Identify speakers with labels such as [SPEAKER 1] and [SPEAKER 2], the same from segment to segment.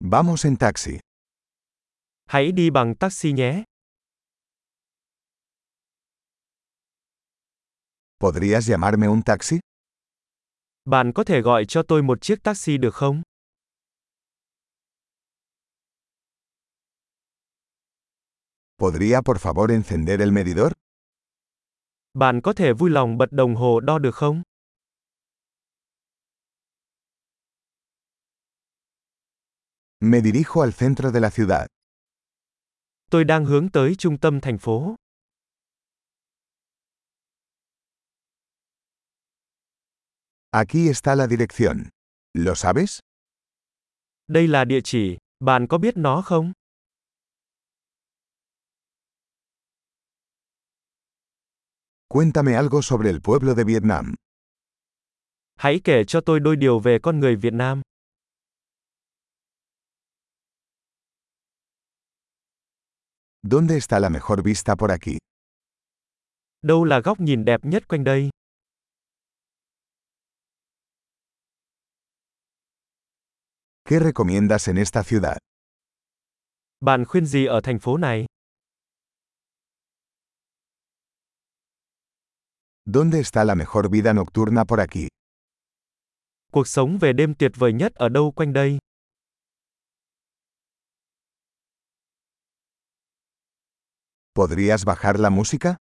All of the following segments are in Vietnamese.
[SPEAKER 1] Vamos en taxi.
[SPEAKER 2] Hãy đi bằng taxi nhé.
[SPEAKER 1] ¿Podrías llamarme un taxi?
[SPEAKER 2] Bạn có thể gọi cho tôi một chiếc taxi được không?
[SPEAKER 1] ¿Podría por favor encender el medidor?
[SPEAKER 2] Bạn có thể vui lòng bật đồng hồ đo được không?
[SPEAKER 1] Me dirijo al centro de la ciudad.
[SPEAKER 2] Tôi đang hướng tới trung tâm thành phố.
[SPEAKER 1] Aquí está la dirección. ¿Lo sabes?
[SPEAKER 2] Đây là địa chỉ, bạn có biết nó không?
[SPEAKER 1] Cuéntame algo sobre el pueblo de Vietnam.
[SPEAKER 2] Hãy kể cho tôi đôi điều về con người Việt Nam.
[SPEAKER 1] ¿Dónde está la mejor vista por aquí?
[SPEAKER 2] Đâu là góc nhìn đẹp nhất quanh đây?
[SPEAKER 1] ¿Qué recomiendas en esta ciudad?
[SPEAKER 2] Bạn khuyên gì ở thành phố này?
[SPEAKER 1] ¿Dónde está la mejor vida nocturna por aquí?
[SPEAKER 2] Cuộc sống về đêm tuyệt vời nhất ở đâu quanh đây?
[SPEAKER 1] ¿Podrías bajar la música?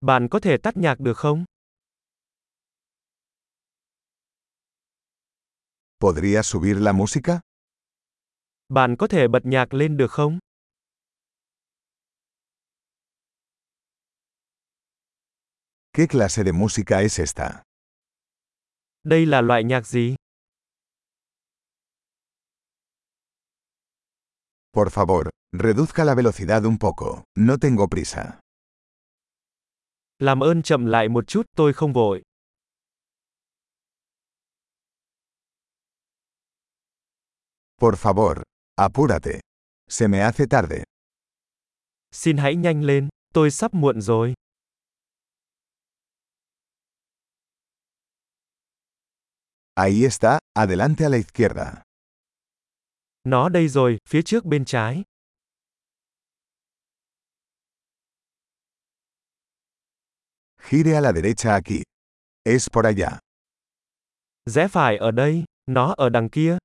[SPEAKER 2] Bạn có thể tắt nhạc được không?
[SPEAKER 1] ¿Podrías subir la música?
[SPEAKER 2] Bạn có thể bật nhạc lên được không?
[SPEAKER 1] ¿Qué clase de música es esta?
[SPEAKER 2] Đây là loại nhạc gì?
[SPEAKER 1] Por favor, reduzca la velocidad un poco. No tengo prisa.
[SPEAKER 2] Làm ơn chậm lại một chút, tôi không vội.
[SPEAKER 1] Por favor, apúrate. Se me hace tarde.
[SPEAKER 2] Xin hãy nhanh lên, tôi sắp muộn rồi.
[SPEAKER 1] Ahí está, adelante a la izquierda.
[SPEAKER 2] Nó đây rồi, phía trước bên trái.
[SPEAKER 1] Gire a la derecha aquí. Es por allá.
[SPEAKER 2] Rẽ phải ở đây, nó ở đằng kia.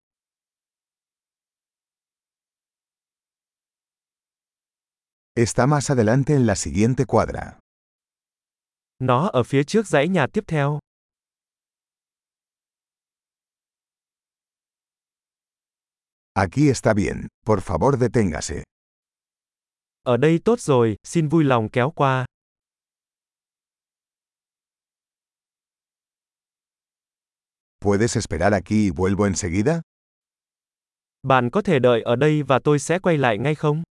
[SPEAKER 1] Está más adelante en la siguiente cuadra.
[SPEAKER 2] Nó ở phía trước dãy nhà tiếp theo.
[SPEAKER 1] Aquí está bien, por favor deténgase.
[SPEAKER 2] Ở đây tốt rồi, xin vui lòng kéo qua.
[SPEAKER 1] ¿Puedes esperar aquí y vuelvo enseguida?
[SPEAKER 2] Bạn có thể đợi ở đây và tôi sẽ quay lại ngay không?